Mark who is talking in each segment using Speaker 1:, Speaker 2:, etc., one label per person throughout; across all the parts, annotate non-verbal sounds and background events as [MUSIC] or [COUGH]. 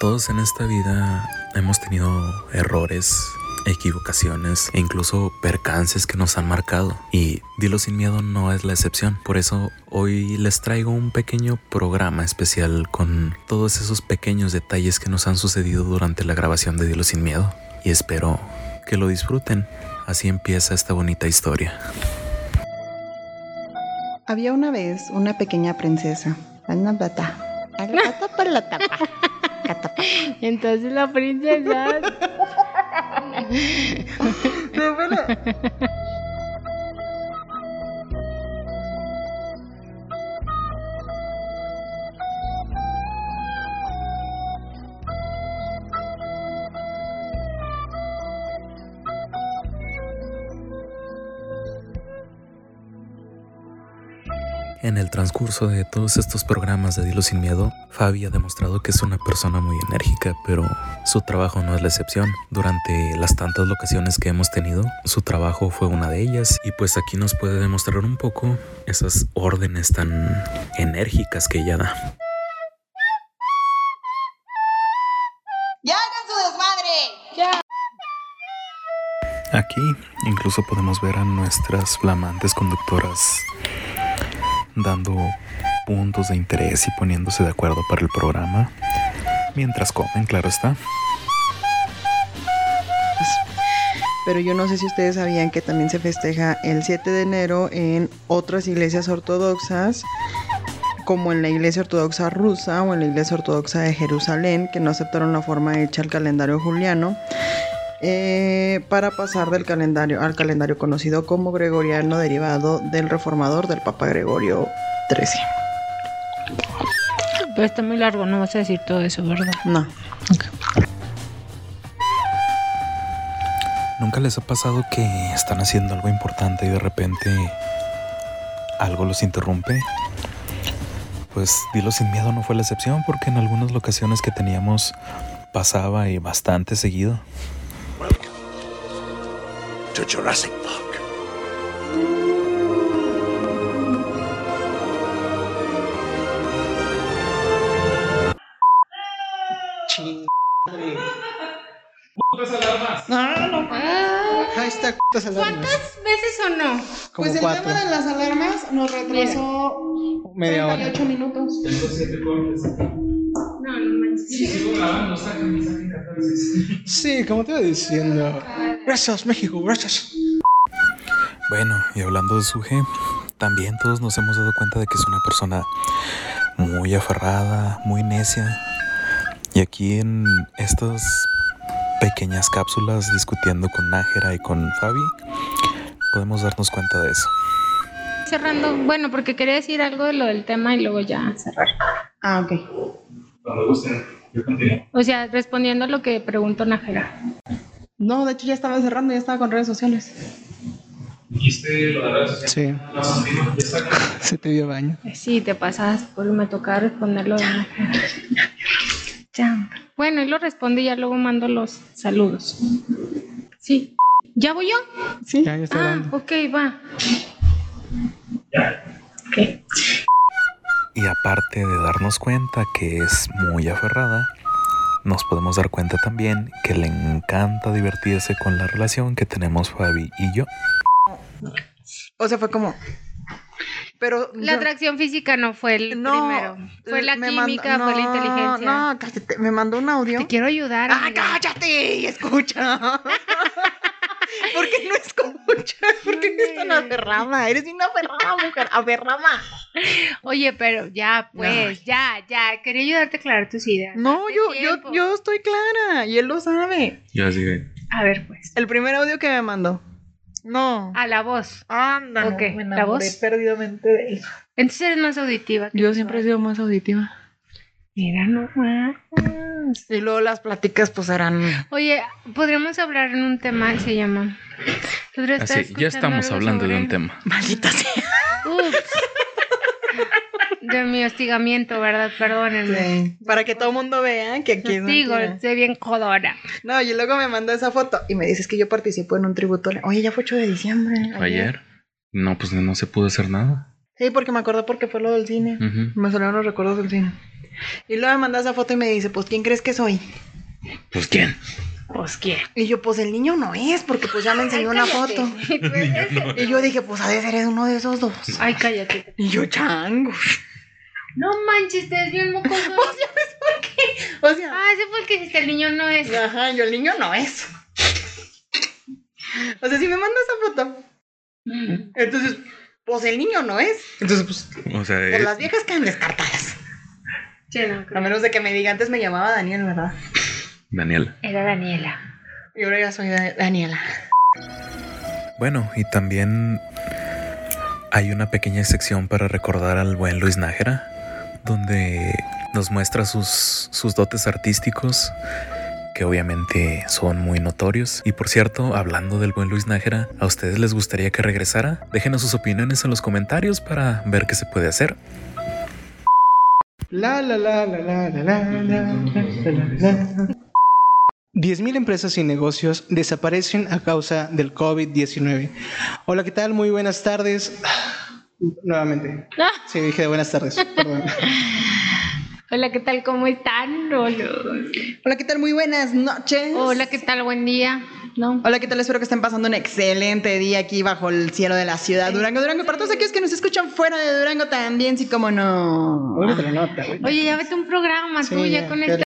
Speaker 1: Todos en esta vida hemos tenido errores, equivocaciones e incluso percances que nos han marcado. Y Dilo sin miedo no es la excepción. Por eso hoy les traigo un pequeño programa especial con todos esos pequeños detalles que nos han sucedido durante la grabación de Dilo sin miedo. Y espero que lo disfruten. Así empieza esta bonita historia.
Speaker 2: Había una vez una pequeña princesa. Anabata. Anabata para la [LAUGHS] tapa. Catapa.
Speaker 3: Entonces la princesa.
Speaker 1: En el transcurso de todos estos programas de Dilo sin miedo, Fabi ha demostrado que es una persona muy enérgica, pero su trabajo no es la excepción. Durante las tantas locaciones que hemos tenido, su trabajo fue una de ellas y pues aquí nos puede demostrar un poco esas órdenes tan enérgicas que ella da.
Speaker 4: ¡Ya hagan su desmadre!
Speaker 1: Aquí incluso podemos ver a nuestras flamantes conductoras dando puntos de interés y poniéndose de acuerdo para el programa. Mientras comen, claro está.
Speaker 2: Pero yo no sé si ustedes sabían que también se festeja el 7 de enero en otras iglesias ortodoxas, como en la iglesia ortodoxa rusa o en la iglesia ortodoxa de Jerusalén, que no aceptaron la forma hecha al calendario juliano, eh, para pasar del calendario al calendario conocido como gregoriano derivado del reformador del Papa Gregorio XIII.
Speaker 3: Pero está muy largo, no vas a decir todo eso, ¿verdad?
Speaker 2: No,
Speaker 1: ¿Nunca les ha pasado que están haciendo algo importante y de repente algo los interrumpe? Pues dilo sin miedo no fue la excepción porque en algunas ocasiones que teníamos pasaba y bastante seguido.
Speaker 5: to Jurassic Park.
Speaker 2: Ahí está, c***as alarmas.
Speaker 3: ¿Veces o no?
Speaker 2: Como
Speaker 6: Ah. pues el
Speaker 2: cuatro.
Speaker 6: tema de las alarmas nos retrasó
Speaker 2: Media hora.
Speaker 6: 38 minutos.
Speaker 3: No, no manches.
Speaker 6: Sí, como te iba diciendo. Gracias, México, gracias.
Speaker 1: Bueno, y hablando de Suje, también todos nos hemos dado cuenta de que es una persona muy aferrada, muy necia. Y aquí en estas pequeñas cápsulas discutiendo con Nájera y con Fabi, podemos darnos cuenta de eso.
Speaker 3: Cerrando, bueno, porque quería decir algo de lo del tema y luego ya cerrar.
Speaker 2: Ah, ok.
Speaker 3: O sea, respondiendo a lo que preguntó Najera.
Speaker 2: No, de hecho ya estaba cerrando, ya estaba con redes sociales.
Speaker 6: Sí. Se te dio baño.
Speaker 3: Sí, te pasas, porque me tocaba responderlo de Nájera. Ya. Bueno, y lo respondo y ya luego mando los saludos. Sí. ¿Ya voy yo?
Speaker 2: Sí.
Speaker 6: Ya, ya está
Speaker 3: Ah,
Speaker 6: dando.
Speaker 3: ok, va.
Speaker 1: Y aparte de darnos cuenta que es muy aferrada, nos podemos dar cuenta también que le encanta divertirse con la relación que tenemos Fabi y yo.
Speaker 2: O sea, fue como. Pero.
Speaker 3: La
Speaker 2: yo-
Speaker 3: atracción física no fue el primero. Fue la
Speaker 2: me mandó-
Speaker 3: química, fue la
Speaker 2: no,
Speaker 3: inteligencia.
Speaker 2: No, cállate, me mandó un audio.
Speaker 3: Te quiero ayudar.
Speaker 2: ¡Ah,
Speaker 3: amiga.
Speaker 2: cállate! Escucha. [LAUGHS] ¿Por qué no
Speaker 3: [LAUGHS]
Speaker 2: escuchas? ¿Por qué eres tan aferrada? Eres una aferrada, mujer. Aferrada.
Speaker 3: Oye, pero ya, pues, ya, ya. Quería ayudarte a aclarar tus ideas.
Speaker 2: Ah. No,
Speaker 3: Date
Speaker 2: yo,
Speaker 3: tiempo.
Speaker 2: yo, yo estoy clara y él lo sabe.
Speaker 1: Ya sigue.
Speaker 3: A ver, pues.
Speaker 2: El primer audio que me mandó. No.
Speaker 3: A la voz.
Speaker 2: Anda.
Speaker 3: Ah, ok, la voz.
Speaker 2: Perdidamente de él.
Speaker 3: Entonces eres más auditiva. que
Speaker 2: Yo siempre he
Speaker 3: visual.
Speaker 2: sido más auditiva.
Speaker 3: Mira nomás.
Speaker 2: Y luego las pláticas, pues eran.
Speaker 3: Oye, podríamos hablar en un tema que se llama. Podría estar
Speaker 7: Así, Ah, ya estamos
Speaker 3: escuchando
Speaker 7: hablando de
Speaker 3: algo
Speaker 7: un tema.
Speaker 2: Maldita sea.
Speaker 3: sobre- Ups. De mi hostigamiento, ¿verdad? Perdónenme.
Speaker 2: Para que todo el mundo vea que aquí es
Speaker 3: Digo,
Speaker 2: mentira.
Speaker 3: soy bien jodora.
Speaker 2: No, y luego me mandó esa foto y me dices que yo participo en un tributo. Oye, ya fue 8 de diciembre.
Speaker 7: Ayer. No, pues no se pudo hacer nada.
Speaker 2: Sí, porque me acordé porque fue lo del cine.
Speaker 1: Ujú.
Speaker 2: Me salieron los recuerdos del cine. Y luego me manda esa foto y me dice, pues, ¿quién crees que soy?
Speaker 1: Pues quién.
Speaker 3: Pues qué.
Speaker 2: Y yo, pues, el niño no es, porque pues ya me enseñó una foto.
Speaker 3: [LAUGHS] Pues,
Speaker 2: Y yo dije, pues, ha de ser uno de esos dos.
Speaker 3: Ay, cállate.
Speaker 2: Y yo, chango.
Speaker 3: No manches, te ves bien [LAUGHS] mocoso.
Speaker 2: O sea,
Speaker 3: Ah, ese fue el que dijiste, el niño no es.
Speaker 2: ajá, yo el niño no es. O sea, si me manda esa foto,
Speaker 3: Mm.
Speaker 2: entonces, pues, el niño no es. Entonces, pues,
Speaker 1: O sea,
Speaker 2: pues
Speaker 1: eh,
Speaker 2: las viejas quedan descartadas.
Speaker 3: Sí, no,
Speaker 2: A
Speaker 3: creo.
Speaker 2: menos de que me diga, antes me llamaba Daniel, ¿verdad?
Speaker 1: Daniela.
Speaker 3: Era Daniela.
Speaker 2: Y ahora ya soy Da- Daniela.
Speaker 1: Bueno, y también hay una pequeña sección para recordar al buen Luis Nájera, donde nos muestra sus, sus dotes artísticos, que obviamente son muy notorios. Y por cierto, hablando del buen Luis Nájera, ¿a ustedes les gustaría que regresara? Déjenos sus opiniones en los comentarios para ver qué se puede hacer.
Speaker 6: La la la la la la la la la. 10.000 empresas y negocios desaparecen a causa del COVID-19. Hola, ¿qué tal? Muy buenas tardes. Nuevamente.
Speaker 3: Ah.
Speaker 6: Sí, dije buenas tardes, [LAUGHS] perdón.
Speaker 3: Hola, ¿qué tal? ¿Cómo están? Hola.
Speaker 2: Hola, ¿qué tal? Muy buenas noches.
Speaker 3: Hola, ¿qué tal? Buen día. No.
Speaker 2: Hola, ¿qué tal? Espero que estén pasando un excelente día aquí bajo el cielo de la ciudad Durango, Durango. Para todos aquellos que nos escuchan fuera de Durango también, sí, como no.
Speaker 6: Vuélvete la nota, güey.
Speaker 3: Oye, ya vete un programa
Speaker 6: Sí,
Speaker 3: tú ya
Speaker 6: ya,
Speaker 3: con
Speaker 6: ya.
Speaker 3: esta.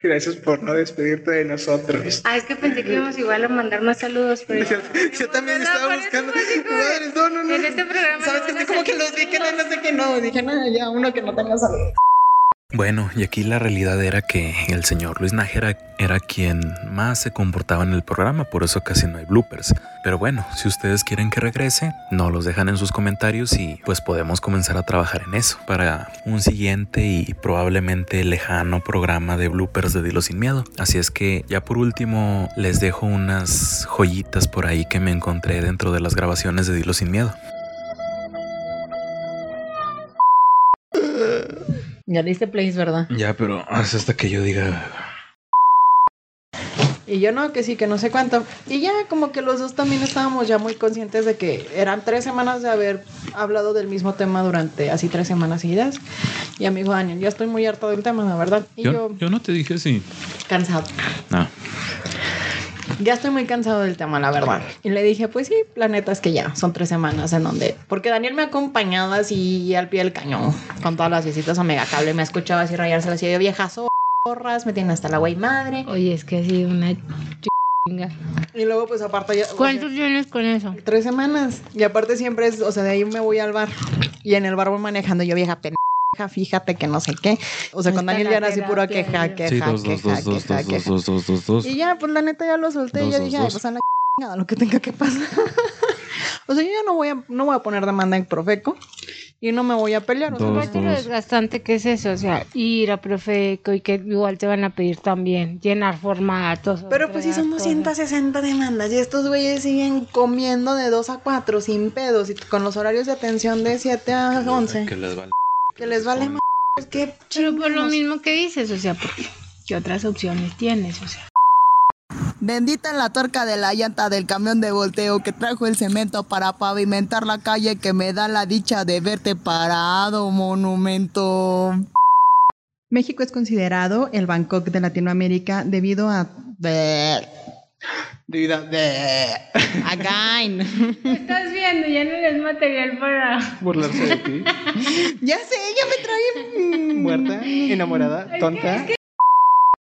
Speaker 6: Gracias por no despedirte de nosotros.
Speaker 3: Ah, es que pensé que íbamos igual a mandar más saludos,
Speaker 2: [LAUGHS]
Speaker 3: pero.
Speaker 6: Yo, yo también estaba buscando. Madres, no, no, no.
Speaker 3: En este programa.
Speaker 2: ¿Sabes
Speaker 3: no
Speaker 2: que
Speaker 3: van a
Speaker 2: Estoy como que
Speaker 3: salir
Speaker 2: los vi que no,
Speaker 3: saludos.
Speaker 2: no sé qué no. Dije, no, ya uno que no tenga salud.
Speaker 1: Bueno, y aquí la realidad era que el señor Luis Nájera era quien más se comportaba en el programa, por eso casi no hay bloopers. Pero bueno, si ustedes quieren que regrese, no los dejan en sus comentarios y pues podemos comenzar a trabajar en eso para un siguiente y probablemente lejano programa de bloopers de Dilo Sin Miedo. Así es que ya por último les dejo unas joyitas por ahí que me encontré dentro de las grabaciones de Dilo Sin Miedo.
Speaker 7: Ya le diste plays, ¿verdad?
Speaker 1: Ya, pero hasta que yo diga...
Speaker 2: Y yo no, que sí, que no sé cuánto. Y ya como que los dos también estábamos ya muy conscientes de que eran tres semanas de haber hablado del mismo tema durante así tres semanas seguidas. Y amigo Daniel, ya estoy muy harto del tema, la verdad. Y yo
Speaker 1: no te dije así.
Speaker 2: cansado.
Speaker 1: No.
Speaker 2: Ya estoy muy cansado del tema, la verdad. Y le dije, pues sí, la neta es que ya, son tres semanas en donde... Porque Daniel me ha acompañado así al pie del cañón, con todas las visitas a Megacable, me ha escuchado así rayarse así de viejas zorras, me tiene hasta la güey madre.
Speaker 3: Oye, es que ha sido una chinga.
Speaker 2: Y luego pues aparte ya...
Speaker 3: ¿Cuántos tienes con eso?
Speaker 2: Tres semanas. Y aparte siempre es, o sea, de ahí me voy al bar. Y en el bar voy manejando yo vieja pendeja, fíjate que no sé qué. O sea, con
Speaker 3: Hasta
Speaker 2: Daniel
Speaker 3: la
Speaker 2: ya era así puro
Speaker 3: terapia,
Speaker 2: queja,
Speaker 3: yo.
Speaker 2: queja,
Speaker 1: Sí, dos, dos,
Speaker 2: queja,
Speaker 1: dos, dos,
Speaker 2: queja,
Speaker 1: dos, dos,
Speaker 2: queja.
Speaker 1: dos, dos, dos, dos.
Speaker 2: Y ya, pues la neta ya lo solté y
Speaker 1: Dos,
Speaker 2: ya
Speaker 1: dos,
Speaker 2: dije, ay,
Speaker 1: dos.
Speaker 2: pues a la chingada, lo que tenga que pasar. [LAUGHS] o sea, yo ya no voy a, no voy a poner demanda en Profeco y no me voy a pelear. O sea,
Speaker 1: Dos,
Speaker 2: no-
Speaker 3: Aparte Pues lo desgastante que es eso, o sea, ir a Profeco y que igual te van a pedir también llenar formatos.
Speaker 2: Pero pues sí son
Speaker 3: entregar cosas.
Speaker 2: 260 demandas y estos güeyes siguen comiendo de 2 a 4 sin pedos y con los horarios de atención de 7 a 11. Que,
Speaker 1: les vale.
Speaker 2: les vale más. Qué
Speaker 3: Pero por lo
Speaker 2: chingados.
Speaker 3: mismo que dices, o sea, porque ¿qué otras opciones tienes? O sea,
Speaker 8: Bendita en la torca de la llanta del camión de volteo que trajo el cemento para pavimentar la calle que me da la dicha de verte parado, monumento.
Speaker 2: México es considerado el Bangkok de Latinoamérica debido a... [LAUGHS]
Speaker 6: Debido a- de-
Speaker 2: Again.
Speaker 3: estás viendo, ya no es material para.
Speaker 6: burlarse de ti.
Speaker 2: ya sé, ya me trae... mm,
Speaker 6: Muerta, enamorada, tonta.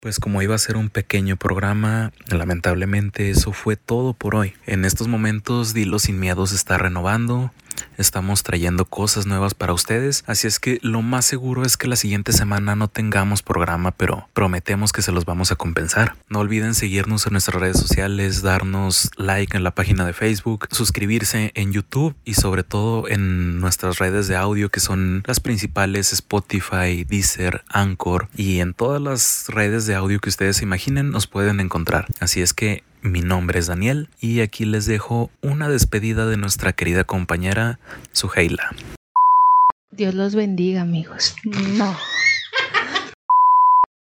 Speaker 1: Pues como iba a ser un pequeño programa, lamentablemente eso fue todo por hoy. En estos momentos Dilo Sin Miedo se está renovando. Estamos trayendo cosas nuevas para ustedes, así es que lo más seguro es que la siguiente semana no tengamos programa, pero prometemos que se los vamos a compensar. No olviden seguirnos en nuestras redes sociales, darnos like en la página de Facebook, suscribirse en YouTube y sobre todo en nuestras redes de audio que son las principales Spotify, Deezer, Anchor y en todas las redes de audio que ustedes se imaginen nos pueden encontrar. Así es que mi nombre es Daniel y aquí les dejo una despedida de nuestra querida compañera Suheila.
Speaker 3: Dios los bendiga, amigos.
Speaker 2: No.